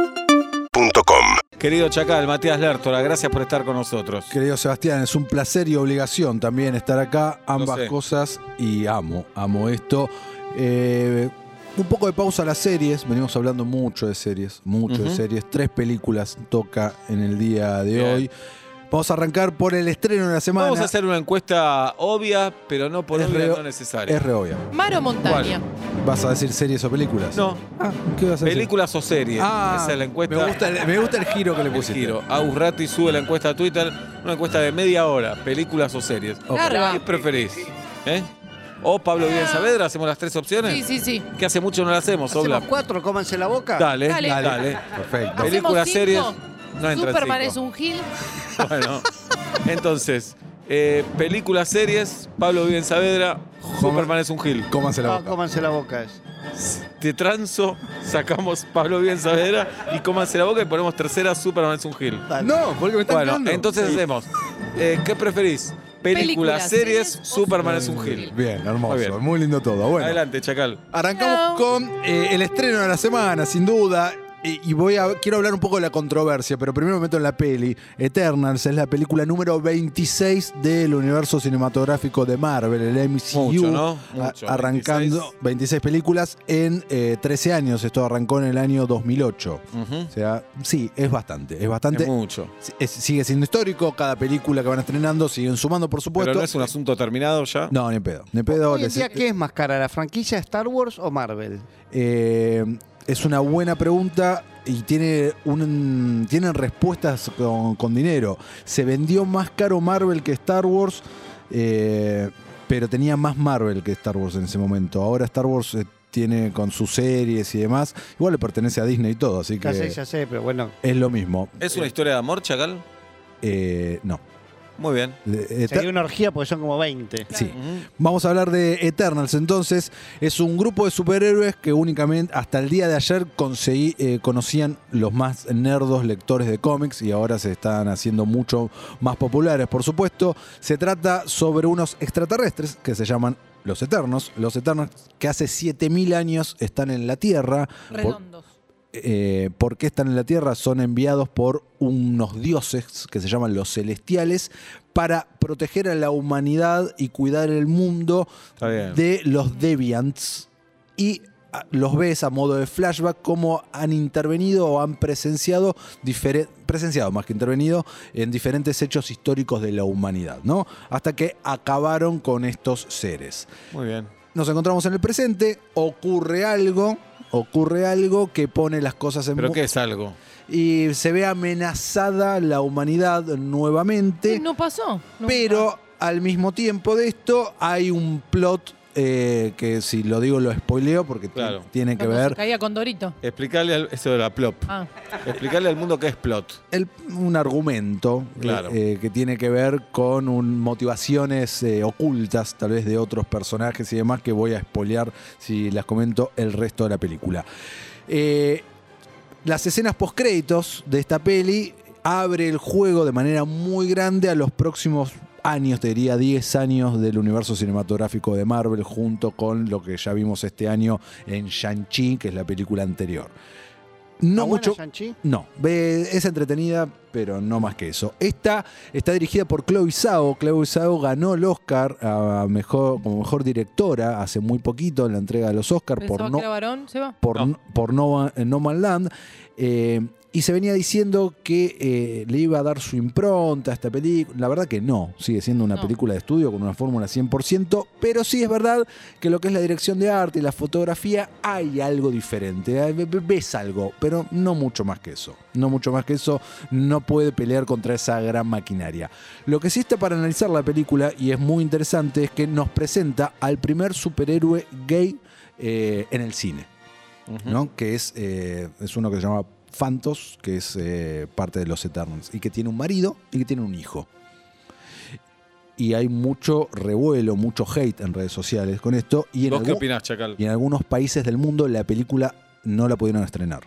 UrbanaPlayFM.com Querido Chacal, Matías Lertora, gracias por estar con nosotros. Querido Sebastián, es un placer y obligación también estar acá, ambas sé. cosas, y amo, amo esto. Eh, un poco de pausa a las series, venimos hablando mucho de series, mucho de Ujú. series, tres películas toca en el día de Bien. hoy. Vamos a arrancar por el estreno de la semana. Vamos a hacer una encuesta obvia, pero no por Es obvia, re- no necesaria. Es re obvia. Mar o montaña. ¿Vas a decir series o películas? No, Ah, ¿Qué vas a decir? películas o series. Ah, Esa es la encuesta. Me gusta el, me gusta el giro que le El pusiste. giro. Agus Ratti sube la encuesta a Twitter, una encuesta de media hora, películas o series. Ok. Larga. ¿Qué preferís? ¿Eh? O Pablo Bien Saavedra, hacemos las tres opciones. Ah. Sí, sí, sí. Que hace mucho no la hacemos, Obla. Hacemos cuatro, cómanse la boca. Dale, dale, Dale. dale. Perfecto. Hacemos Películas, cinco. series. No entra Superman cinco. es un gil. Bueno, entonces, eh, películas, series, Pablo Viven Saavedra, Superman es un Gil. Cómanse la No, boca. Ah, cómanse la boca. es. Te transo, sacamos Pablo Viven Saavedra y cómanse la boca y ponemos tercera, Superman es un Gil. Dale. No, porque me están Bueno, dando. entonces hacemos, eh, ¿qué preferís? Películas, Películas, series, series o Superman es un Eh, Gil. Bien, hermoso. Muy Muy, bien. lindo todo. Bueno, Adelante, Chacal. arrancamos No. con eh, el estreno de la semana, sin duda. Y, y voy a, quiero hablar un poco de la controversia, pero primero me meto en la peli. Eternals es la película número 26 del universo cinematográfico de Marvel, el MCU. Mucho, ¿no? A- Mucho. arrancando 26. 26. películas en eh, 13 años. Esto arrancó en el año 2008. Ujú. O sea, sí, es bastante. Es bastante. Es mucho. Si- es- sigue siendo histórico. Cada película que van estrenando siguen sumando, por supuesto. Pero no es un asunto terminado ya. No, ni en pedo. Ni en pedo. Hoy en les- día, ¿qué es más cara, la franquicia Star Wars o Marvel? eh, es una buena pregunta y tiene un, tienen respuestas con, con dinero. Se vendió más caro Marvel que Star Wars, eh, pero tenía más Marvel que Star Wars en ese momento. Ahora Star Wars eh, tiene con sus series y demás. Igual le pertenece a Disney y todo, así Ya que sé, ya sé, pero bueno. es lo mismo. ¿Es una historia de amor, Chacal? Eh, no. Muy bien. De- eh, ta- Sería una orgía porque son como 20. Sí. Ujú. Vamos a hablar de Eternals entonces. Es un grupo de superhéroes que únicamente hasta el día de ayer conseguí- eh, conocían los más nerdos lectores de cómics y ahora se están haciendo mucho más populares. Por supuesto, se trata sobre unos extraterrestres que se llaman los Eternos. Los Eternos que hace 7000 años están en la Tierra. Por- Redondos. eh, por qué están en la Tierra, son enviados por unos dioses que se llaman los celestiales para proteger a la humanidad y cuidar el mundo Está bien. de los deviants. Y ah, los ves a modo de flashback cómo han intervenido o han presenciado, difere- presenciado más que intervenido, en diferentes hechos históricos de la humanidad, ¿no? Hasta que acabaron con estos seres Muy bien. nos encontramos en el presente, ocurre algo, ocurre algo que pone las cosas en ¿Pero mu- qué es algo? y se ve amenazada la humanidad nuevamente, Sí, No pasó. nunca. pero al mismo tiempo de esto hay un plot eh, que si lo digo lo spoileo porque ti- Claro. tiene que Cuando se ver Caía con Dorito. Explicarle al, eso de la plop. Ah. Explicarle al mundo qué es plot. el- un argumento Claro. eh, eh, que tiene que ver con un- motivaciones eh, ocultas, tal vez de otros personajes y demás, que voy a espolear si las comento el resto de la película. Eh, las escenas postcréditos de esta peli abre el juego de manera muy grande a los próximos años, te diría 10 años del universo cinematográfico de Marvel junto con lo que ya vimos este año en Shang-Chi, que es la película anterior. No ¿Está buena, mucho, Shang-Chi? no, ve- es entretenida, pero no más que eso. Esta está dirigida por Chloe Zhao. Chloe Zhao ganó el Oscar a mejor, como mejor directora hace muy poquito en la entrega de los Oscars Pensaba por que era no, varón, se va. por, No. no. por no, eh, No Man Land. Eh, y se venía diciendo que eh, le iba a dar su impronta a esta película. La verdad que no, sigue siendo una No. película de estudio con una fórmula 100%, pero sí es verdad que lo que es la dirección de arte y la fotografía hay algo diferente. Hay- ve- ve- Ves algo, pero no mucho más que eso. No mucho más que eso, no puede pelear contra esa gran maquinaria. Lo que sí está para analizar la película, y es muy interesante, es que nos presenta al primer superhéroe gay eh, en el cine. ¿no? Que es, eh, es uno que se llama Phantos, que es eh, parte de los Eternals, y que tiene un marido y que tiene un hijo. Y hay mucho revuelo, mucho hate en redes sociales con esto. Y en, ¿Vos qué algu- opinás, Chacal? y en algunos países del mundo la película no la pudieron estrenar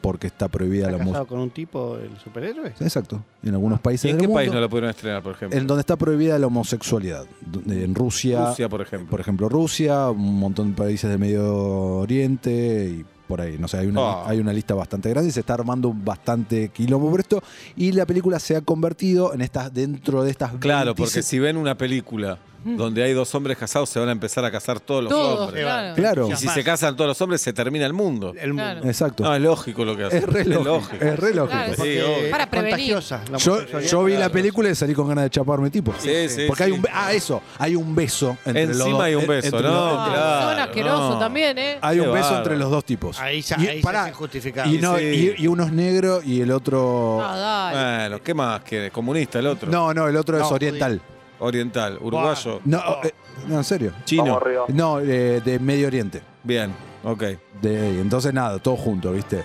porque está prohibida ¿Está la música. casado con un tipo, el superhéroe? Exacto. En algunos países Ah. ¿Y en del qué mundo. país no la pudieron estrenar, por ejemplo? En donde está prohibida la homosexualidad. D- En Rusia, Rusia, por ejemplo. por ejemplo, Rusia, un montón de países del Medio Oriente y por ahí. No sé, hay una, Ah. hay una lista bastante grande y se está armando un bastante quilombo por esto. Y la película se ha convertido en estas, dentro de estas. Claro, 26 porque si ven una película donde hay dos hombres casados, se van a empezar a casar todos los Todos, eh, hombres. claro. Claro. Y si se casan todos los hombres, se termina el mundo. El mundo. Claro. Exacto. No, es lógico lo que hacen. es re lógico. Es re lógico. Claro, Sí, obvio. Para prevenir. Contagiosa, la Yo, homosexualidad. yo vi la claro. película y salí con ganas de chaparme tipo. Sí, sí, Porque hay sí. un be- ah, eso, hay un beso entre los dos. Encima hay un eh, beso, entre los- ¿no? Ah, claro, son asquerosos no. Ah, también, ¿eh? Hay Qué un beso bárbaro. entre los dos tipos. Ahí ya, Y- ahí pará, ya se justificaba. y, no, Sí. y, y uno es negro y el otro. Ah, dale. Bueno, ¿qué más quiere? Comunista el otro. no, no, el otro es No, oriental. Oriental, uruguayo, No, eh, no, en serio. chino. No, eh, de Medio Oriente. Bien, ok. De ahí. Entonces, nada, todo junto, ¿viste?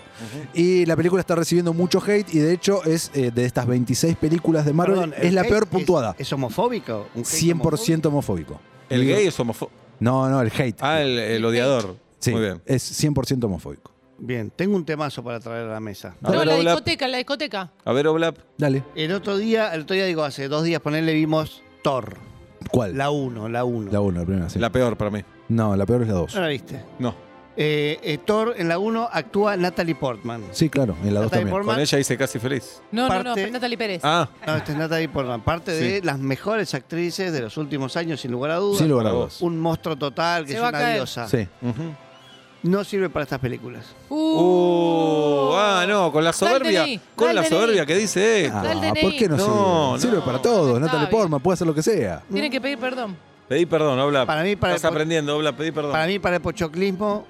Y la película está recibiendo mucho hate y de hecho es eh, de estas 26 películas de Marvel, Perdón, es ¿el la hate peor es- puntuada. ¿Es, homofóbico? ¿Un hate 100% homofóbico. El Digo- gay es homofóbico. No, no, el hate. Ah, el, el odiador. sí, Muy bien. es 100% homofóbico. homofóbico? Bien, tengo un temazo para traer a la mesa. A No, ver, la Oblap. discoteca, la discoteca. A ver, Oblap. Dale. El otro día, el otro día digo, hace dos días, ponerle vimos Thor. ¿Cuál? La 1, la Ah. 1. La 1, la primera, sí. La peor para mí. No, la peor es la 2. ¿No la viste? No. Eh, eh, Thor, en la 1 actúa Natalie Portman. Sí, claro, en la 2 Natalie también. Con Portman. ella hice casi feliz. No, no, Parte- no, Natalie Pérez. Ah, No, esta es Natalie Portman. Parte de las mejores actrices de los últimos años, sin lugar a dudas. Sin lugar a Por dudas. Un monstruo total, que Se es va a una caer. diosa. Sí. ujú. No sirve para estas películas. Uh, Uh. ah, no, con la Da el soberbia. DNI, da Con el la DNI. soberbia que dice eh, esto. Dale, Ah, DNI. ¿por qué no, No, sirve? no. Sirve para todo, Está Natalie bien. Portman, puede hacer lo que sea. Tienen que pedir perdón. Pedí perdón, Oblap. Para mí, para- Estás aprendiendo, Oblap, pedí perdón. Para mí, para el pochoclismo,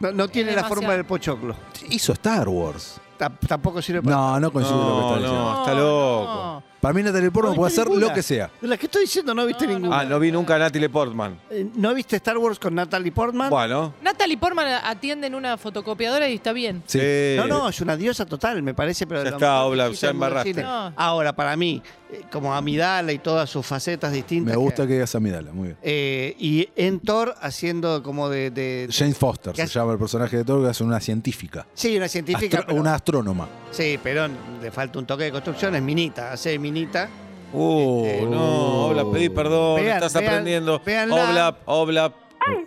no, no tiene la demasiado. forma del pochoclo. Hizo Star Wars. Ta- tampoco sirve para. No, no coincido con lo que No, está diciendo. no, está loco. Para mí Natalie Portman ¿No puede viste hacer ninguna? lo que sea. La que estoy diciendo, no viste No, no. ninguna. Ah, no vi nunca a Natalie Portman. Eh, ¿No viste Star Wars con Natalie Portman? Bueno. Natalie Portman atiende en una fotocopiadora y está bien. Sí. eh, No, no, es una diosa total, me parece, pero... Ya de lo está, mejor que Oblap, existe ya en el mundo del embarraste. cine. No. Ahora, para mí, eh, como Amidala y todas sus facetas distintas... Me gusta que digas Amidala, muy bien. eh, y en Thor haciendo como de... de- Jane Foster ¿Qué se hace? llama el personaje de Thor, que es una científica. sí, una científica, Astro- pero- Una astrónoma. Sí, pero le falta un toque de construcción, es minita, hace de minita. Uh, Este, no, Oblap, pedí perdón, uh. Vean, estás vean, aprendiendo. véanla. Oblap, Oblap.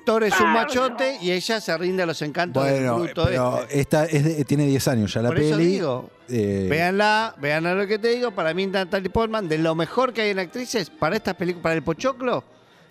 Thor es un machote y ella se rinde a los encantos Bueno, del bruto pero este. esta es de- tiene 10 años ya la Por peli. eso digo, eh, Veanla, veanla lo que te digo. Para mí, Natalie Portman, de lo mejor que hay en actrices, para estas películas, para el Pochoclo,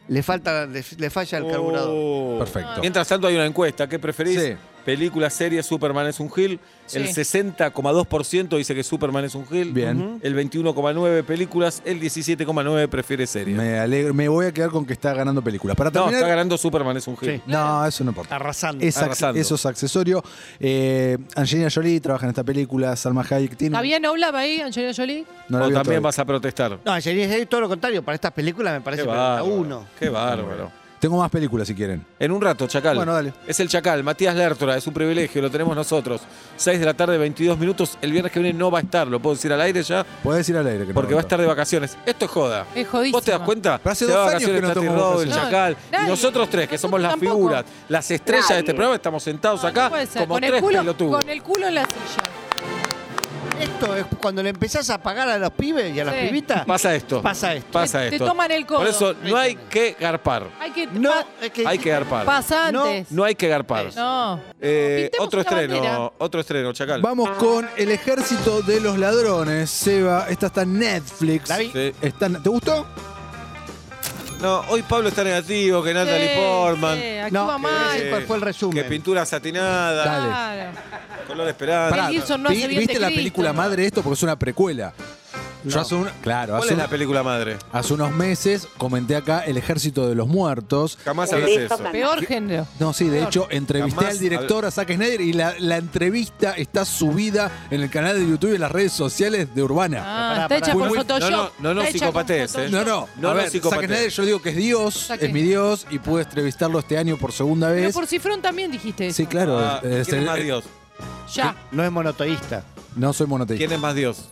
le falta, le, le falla el carburador. Oh. Perfecto. Mientras tanto hay una encuesta, ¿qué preferís? Sí. Película, serie, Superman es un Gil. Sí. El 60,2% dice que Superman es un Gil. Bien. El 21,9% películas, el 17,9% prefiere serie. Me alegro, me voy a quedar con que está ganando películas. Para No, terminar, está ganando Superman es un Gil. Sí. no, eso no importa. Arrasando. Es acce- Mm, Arrasando. eso es accesorio. Eh, Angelina Jolie trabaja en esta película, Salma Hayek tiene. ¿Está bien Oblap ahí, Angelina Jolie? No la o vi también todavía. vas a protestar. No, Angelina Jolie, todo lo contrario. Para estas películas me parece Qué que la bárbaro. uno. Qué bárbaro. Tengo más películas si quieren. En un rato, Chacal. Bueno, dale. Es el Chacal, Matías Lertora, es un privilegio, lo tenemos nosotros. 6 de la tarde, 22 minutos. El viernes que viene no va a estar, lo puedo decir al aire ya, Podés ir al aire. que no porque va a importa. estar de vacaciones. Esto es joda. Es jodísimo. ¿Vos te das cuenta? Pero hace Se va dos de años que vacaciones no Tati tomamos Rowe, el vacaciones. Chacal. No, y nadie. nosotros tres, que somos las Nosotros tampoco. figuras, las estrellas de este programa, estamos sentados No, acá no puede ser. como con tres el culo, pelotudos. Con el culo en la silla. Esto es cuando le empezás a pagar a los pibes y a las Sí. pibitas. Pasa esto. Pasa esto. Pasa Te- te esto. toman el codo. Por eso no hay que garpar. Hay que. No, pa- es que. Hay que garpar. pasa antes. eh, No hay que garpar. No. Eh, Pintemos otro una estreno, bandera. otro estreno, Chacal. Vamos con El Ejército de los Ladrones. Seba, esta está en Netflix. La vi. Sí. Está en- ¿Te gustó? No, hoy Pablo está negativo, que Natalie Sí, Portman. sí, No, actúa que- mal. ¿cuál fue el resumen? Que pintura satinada, Dale. Claro. color esperanza. Mel Gibson no ¿Vi- hace bien ¿Viste de la Cristo. película madre de esto? Porque es una precuela. Yo hace un- claro, ¿Cuál hace, es la un- película madre? hace unos meses comenté acá El Ejército de los Muertos. Jamás hablas de eso. Peor género. No, sí, de hecho, entrevisté Jamás al director, a Zack Snyder, y la, la entrevista está subida en el canal de YouTube y en las redes sociales de Urbana. Ah, Pará, está pará. hecha por Muy- Photoshop. no, no, no, no, Está hecha con psicopatés, eh. Photoshop. No, no, No, a no, ver, psicopateo. Zack Snyder yo digo que es Dios, Saque. es mi Dios, y pude entrevistarlo este año por segunda Pero vez. por Cifrón también dijiste eso. Sí, claro. este, eh, Ah, es- es- ¿Quién es más Dios? Ya. No es monoteísta. no soy monoteísta. ¿Quién es más Dios?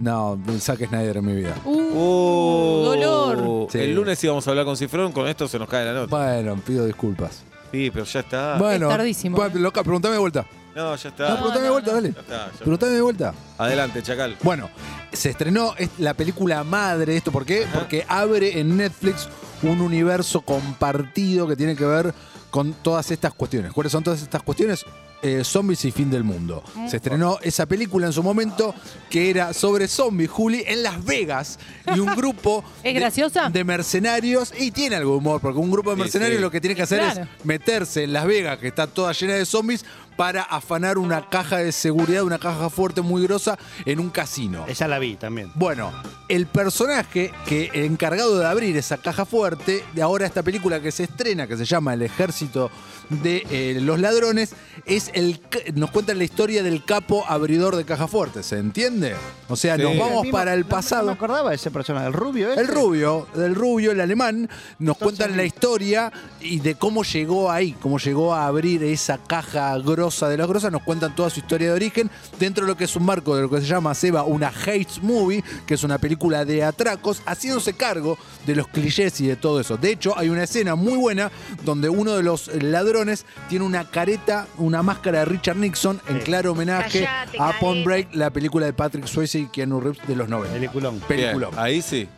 No, Zack Snyder en mi vida. Uh, Uh, dolor. Sí. El lunes íbamos a hablar con Cifrón, con esto se nos cae la nota. Bueno, pido disculpas. Sí, pero ya está. bueno, Es tardísimo, bueno, eh. loca, preguntame de vuelta. No, ya No, está. preguntame de vuelta, dale. Ya está, ya Preguntame de vuelta. está. Adelante, Chacal. Bueno, se estrenó es- la película madre de esto. ¿Por qué? Porque abre en Netflix un universo compartido que tiene que ver con todas estas cuestiones. ¿Cuáles son todas estas cuestiones? eh, Zombies y Fin del Mundo. Se estrenó esa película en su momento que era sobre zombies, Juli, en Las Vegas. Y un grupo ¿Es de- graciosa? de mercenarios, y tiene algo de humor, porque un grupo de Sí, mercenarios sí. lo que tiene que hacer Claro. es meterse en Las Vegas, que está toda llena de zombies, para afanar una caja de seguridad, una caja fuerte muy grosa, en un casino. Esa la vi también. Bueno, el personaje que encargado de abrir esa caja fuerte, de ahora esta película que se estrena, que se llama El Ejército de eh, los Ladrones, es el ca- nos cuenta la historia del capo abridor de caja fuerte, ¿se entiende? O sea, Sí. nos El vamos mismo- para el no me- No pasado. me acordaba de ese personaje, el rubio, ¿eh? El rubio, el rubio, el alemán, nos cuentan la historia y de cómo llegó ahí, cómo llegó a abrir esa caja grosa de las grosas, nos cuentan toda su historia de origen, dentro de lo que es un marco de lo que se llama Seba una Hates Movie, que es una película de atracos, haciéndose cargo de los clichés y de todo eso. De hecho, hay una escena muy buena donde uno de los ladrones tiene una careta, una máscara de Richard Nixon, en claro homenaje Cállate, a careta. Pawn Break, la película de Patrick Swayze y Keanu Reeves de los 90. Peliculón. Peliculón. Bien, ahí sí.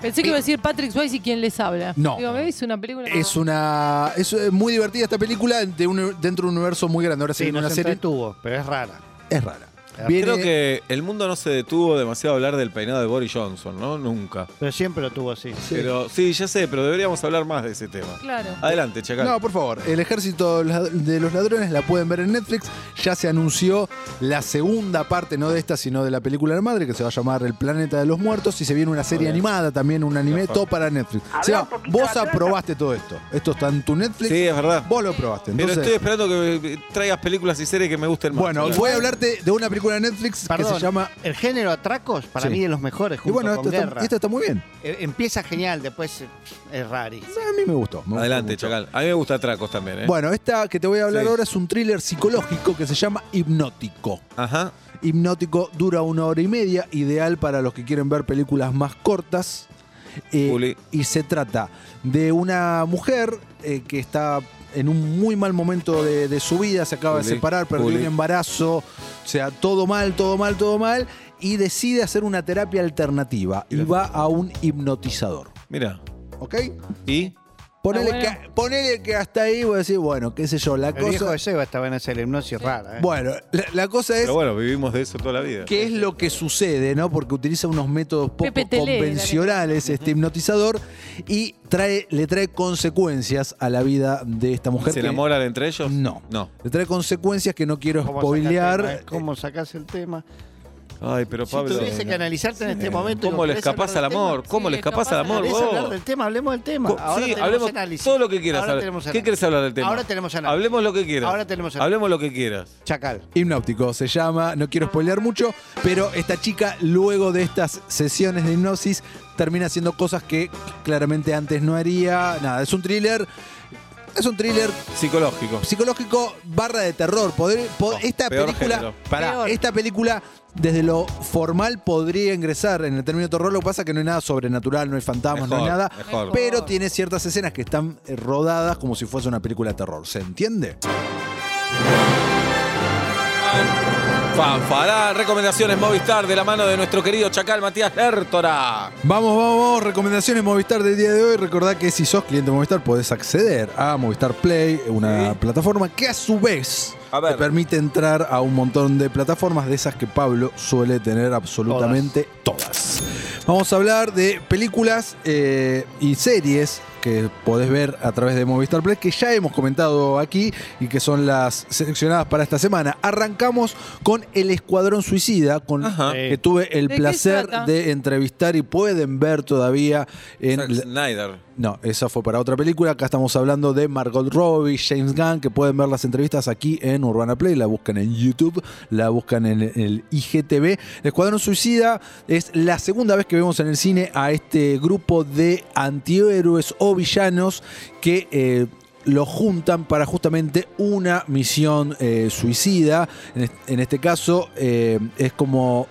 Pensé que iba a decir Patrick Swayze y quién les habla. No. Digo, ¿me ves una película? Es una. Es eh, muy divertida esta película de un- dentro de un universo muy grande. Ahora sí, Sí, viene no una se serie. entretuvo, pero es rara. Es rara. Creo Viene- Creo que el mundo no se detuvo demasiado a hablar del peinado de Boris Johnson, ¿no? Nunca. Pero siempre lo tuvo así. Pero sí, ya sé, pero deberíamos hablar más de ese tema. Claro. Adelante, Chacal. No, por favor. El ejército de los ladrones la pueden ver en Netflix. Ya se anunció la segunda parte, no de esta, sino de la película de madre, que se va a llamar El Planeta de los Muertos. Y se viene una serie Bien. animada también, un anime, Gafa. todo para Netflix. O sea, vos aprobaste todo esto. Esto está en tu Netflix. sí, es verdad. Vos lo probaste. Pero Entonces, estoy esperando que eh, traigas películas y series que me gusten más. bueno, Chacal. voy a hablarte de una película de Netflix Perdón, que se llama. El género atracos, para Sí. mí, de los mejores, Y junto bueno, con esto está- Guerra. esto está muy bien. Eh, Empieza genial, después eh, es rari. A mí me gustó. me gustó Adelante, mucho. Chacal. A mí me gusta Tracos también, ¿eh? Bueno, esta que te voy a hablar Sí. ahora es un thriller psicológico que se llama Hipnótico. Ajá. Hipnótico dura una hora y media, ideal para los que quieren ver películas más cortas. Eh, Juli. y se trata de una mujer eh, que está en un muy mal momento de, de su vida, se acaba de Juli, separar, perdió Juli. un embarazo, o sea, todo mal, todo mal, todo mal, y decide hacer una terapia alternativa y va a un hipnotizador. Mira. ¿Ok? ¿Y? Ponele, bueno. que, ponele que hasta ahí voy a decir, bueno, qué sé yo, la Ah, El viejo cosa. de Seba estaba en esa hipnosis rara. ¿eh? Bueno, la, la cosa es Pero bueno, vivimos de eso toda la vida. qué es lo que sucede, ¿no? Porque utiliza unos métodos poco Pepe Telé, convencionales este hipnotizador y trae, le trae consecuencias a la vida de esta mujer. ¿Se que- enamoran entre ellos? No. No. Le trae consecuencias que no quiero ¿Cómo sacás el tema, eh? spoilear. ¿Cómo sacás el tema? Ay, pero Pablo. si tuviese que analizarte en este Eh, momento. ¿Cómo le digo, ¿querés escapás al hablar del amor? tema? ¿Cómo Sí, le escapás al escapás amor? al- tema? vos? ¿Querés hablar del tema? Hablemos del tema. Co- Ahora sí, tenemos hablemos análisis. todo lo que quieras. Ahora hablar. tenemos ¿Qué análisis. quieres hablar del tema? Ahora tenemos análisis. Hablemos lo que quieras. Ahora tenemos análisis. Hablemos lo que quieras. Chacal. Hipnótico Eh, se llama, no quiero spoilear mucho, pero esta chica luego de estas sesiones de hipnosis termina haciendo cosas que claramente antes no haría. Nada, es un thriller. Es un thriller Psicológico. psicológico barra de terror. Poder- po- No, esta peor película, género. pará, Peor. esta película desde lo formal podría ingresar en el término terror. Lo que pasa es que no hay nada sobrenatural, no hay fantasmas, no hay Mejor, nada. mejor. Pero tiene ciertas escenas que están eh, rodadas como si fuese una película de terror. ¿Se entiende? Fanfará, recomendaciones Movistar de la mano de nuestro querido Chacal Matías Lertora. Vamos, vamos, vamos. Recomendaciones Movistar del día de hoy. Recordad que si sos cliente de Movistar podés acceder a Movistar Play, una Sí. plataforma que a su vez A ver. te permite entrar a un montón de plataformas de esas que Pablo suele tener absolutamente todas. Vamos a hablar de películas eh, y series que podés ver a través de Movistar Play, que ya hemos comentado aquí y que son las seleccionadas para esta semana. Arrancamos con El Escuadrón Suicida, con Ajá. Sí. que tuve el ¿De qué placer trata? de entrevistar y pueden ver todavía en... Zack la- Snyder. No, esa fue para otra película. Acá estamos hablando de Margot Robbie, James Gunn, que pueden ver las entrevistas aquí en Urbana Play. La buscan en YouTube, la buscan en el IGTV. El Escuadrón Suicida es la segunda vez que vemos en el cine a este grupo de antihéroes o villanos que... eh, lo juntan para justamente una misión eh, suicida. En, est- en este caso eh, es como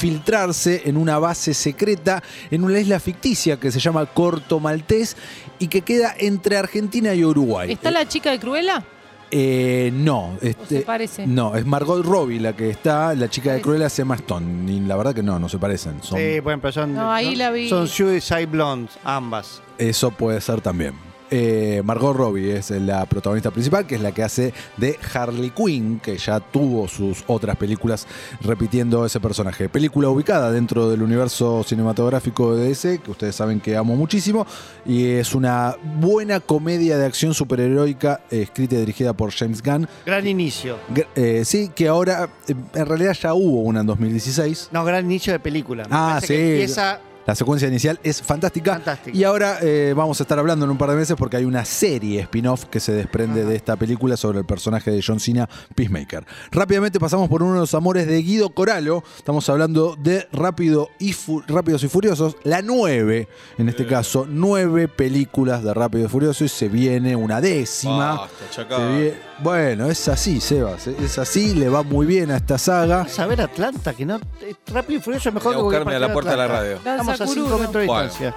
infiltrarse en una base secreta en una isla ficticia que se llama Corto Maltés y que queda entre Argentina y Uruguay. ¿Está la chica de Cruella? Eh, no, ¿O este, se parece? no, es Margot Robbie la que está, la chica de Parece. Cruella se llama Stone. Y la verdad que no, no se parecen. son- Sí, Eh, bueno, pero son. No, ahí son- la vi. Son Suicide Blondes, ambas. Eso puede ser también. Eh, Margot Robbie es la protagonista principal, que es la que hace de Harley Quinn, que ya tuvo sus otras películas repitiendo ese personaje. Película ubicada dentro del universo cinematográfico de DC, que ustedes saben que amo muchísimo, y es una buena comedia de acción superheroica eh, escrita y dirigida por James Gunn. Gran inicio. Gr- eh, sí, que ahora eh, en realidad ya hubo una en 2016. No, gran inicio de película. Me Ah, parece sí. que empieza La secuencia inicial es fantástica. Fantástica. Y ahora eh, vamos a estar hablando en un par de meses porque hay una serie spin-off que se desprende de esta película sobre el personaje de John Cena, Peacemaker. Rápidamente pasamos por uno de los amores de Guido Coralo. Estamos hablando de Rápido y Fu- Rápidos y Furiosos, la 9, en este caso, nueve películas de Rápido y Furioso y se viene una décima. Basta, Se chacal. vie- Bueno, es así, Sebas. Es así, le va muy bien a esta saga. Vas a ver Atlanta, que no. eh, Rápido y furioso es mejor Voy a que cualquier buscarme a parte la puerta de la Atlanta. radio. Estamos a Danza 5 curudo. metros de Bueno. distancia.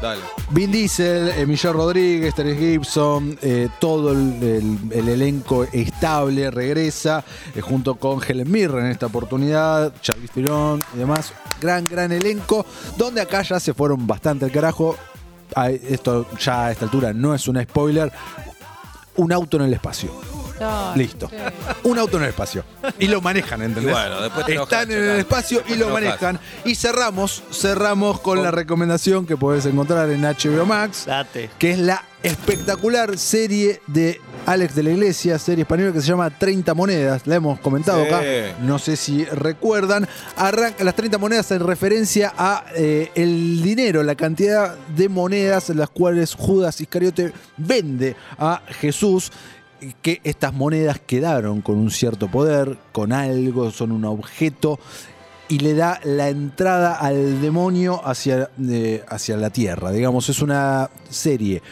Dale. Vin Diesel, eh, Michelle Rodríguez, Terence Gibson, eh, todo el, el- el elenco estable regresa eh, junto con Helen Mirren en esta oportunidad, Charlize Theron y demás. Gran, gran elenco, donde acá ya se fueron bastante al carajo. Ay, esto ya a esta altura no es un spoiler. Un auto en el espacio. No, Listo. sí. Un auto en el espacio. Y lo manejan, ¿entendés? Y bueno, después te enojás, Están en el Chacal. espacio y Después lo te enojás. manejan. Y cerramos, cerramos con Con- la recomendación que podés encontrar en HBO Max Date. que es la espectacular serie de Alex de la Iglesia, serie española que se llama 30 Monedas. La hemos comentado Sí. acá, no sé si recuerdan. Arranca las 30 monedas en referencia a eh, el dinero, la cantidad de monedas en las cuales Judas Iscariote vende a Jesús. y Que estas monedas quedaron con un cierto poder, con algo, son un objeto y le da la entrada al demonio hacia, eh, hacia la tierra. Digamos, es una serie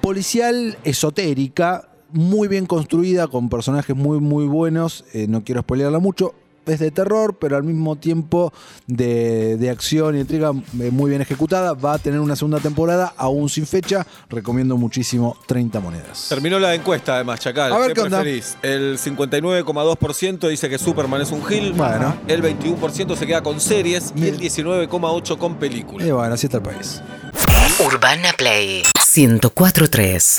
policial esotérica, muy bien construida, con personajes muy, muy buenos. Eh, no quiero spoilearla mucho. Es de terror, pero al mismo tiempo de, de acción y intriga eh, muy bien ejecutada. Va a tener una segunda temporada, aún sin fecha. Recomiendo muchísimo 30 monedas. Terminó la encuesta, además, Chacal. A ver, ¿Qué ¿qué onda? preferís? El 59,2% dice que Superman es un Gil. Bueno. El 21% se queda con series y el Bien. 19,8% con Eh, películas. Y bueno, así está el país. Urbana Play 104.3